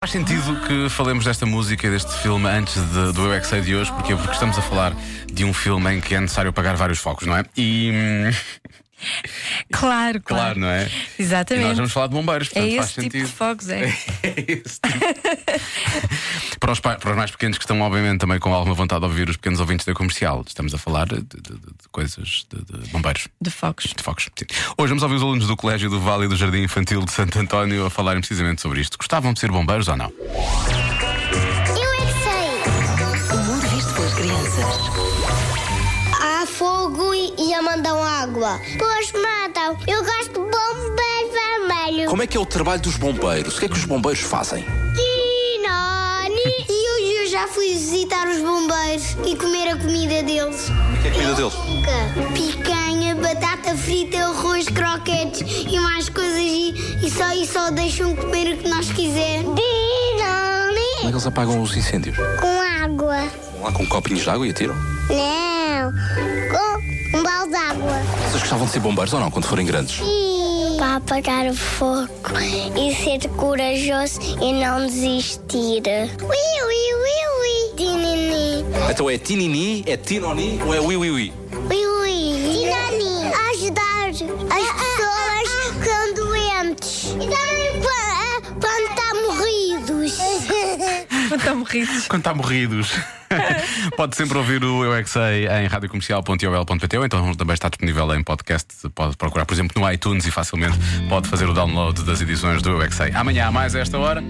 Faz sentido que falemos desta música e deste filme antes de- do Eu é Que Sei de hoje, porque, porque estamos a falar de um filme em que é necessário apagar vários focos, não é? E. hum, Claro, claro. Claro, não é? E Exatamente. nós vamos falar de bombeiros, é portanto faz esse tipo sentido. de fogos, é. É esse tipo. para, os, pa- para os mais pequenos que estão, obviamente, também com alguma vontade de ouvir os pequenos ouvintes da comercial, estamos a falar de, de- de- de coisas de- de bombeiros. De fogos. de Focos. Sim. Hoje vamos ouvir os alunos do Colégio do Vale e do Jardim Infantil de Santo António a falarem precisamente sobre isto. Gostavam de ser bombeiros ou não? Eu é que sei. O mundo visto pelas crianças. Há fogo e, e a mandam água. Pois matam. Eu gosto de bombeiro vermelho. Como é que é o trabalho dos bombeiros? O que é que os bombeiros fazem? Tinoni. E eu, eu já fui visitar os bombeiros e comer a comida deles. O que é a comida deles? Nunca. Picanha, batata frita, arroz, croquetes e mais coisas e, e só, e só deixam comer o que nós quisermos. Como é Tinoni. que eles apagam os incêndios? Com água. Vão lá com copinhos de água e atiram? Não. Com um balde d'água. Vocês gostavam de ser bombeiros ou não, quando forem grandes? Para apagar o fogo e ser corajoso e não desistir. Ui, ui, ui, ui. Dinini. Então é tinini, é tinoni ou é ui ui ui? Ui, ui. Dinani. Ajudar as pessoas que estão doentes. E também quando estão morridos. Estão morridos. Quando está morridos. Pode sempre ouvir o Eu é Que Sei em radiocomercial.iol.pt ou então também está disponível em podcast. Pode procurar, por exemplo, no iTunes e facilmente pode fazer o download das edições do Eu é Que Sei. Amanhã, a mais a esta hora.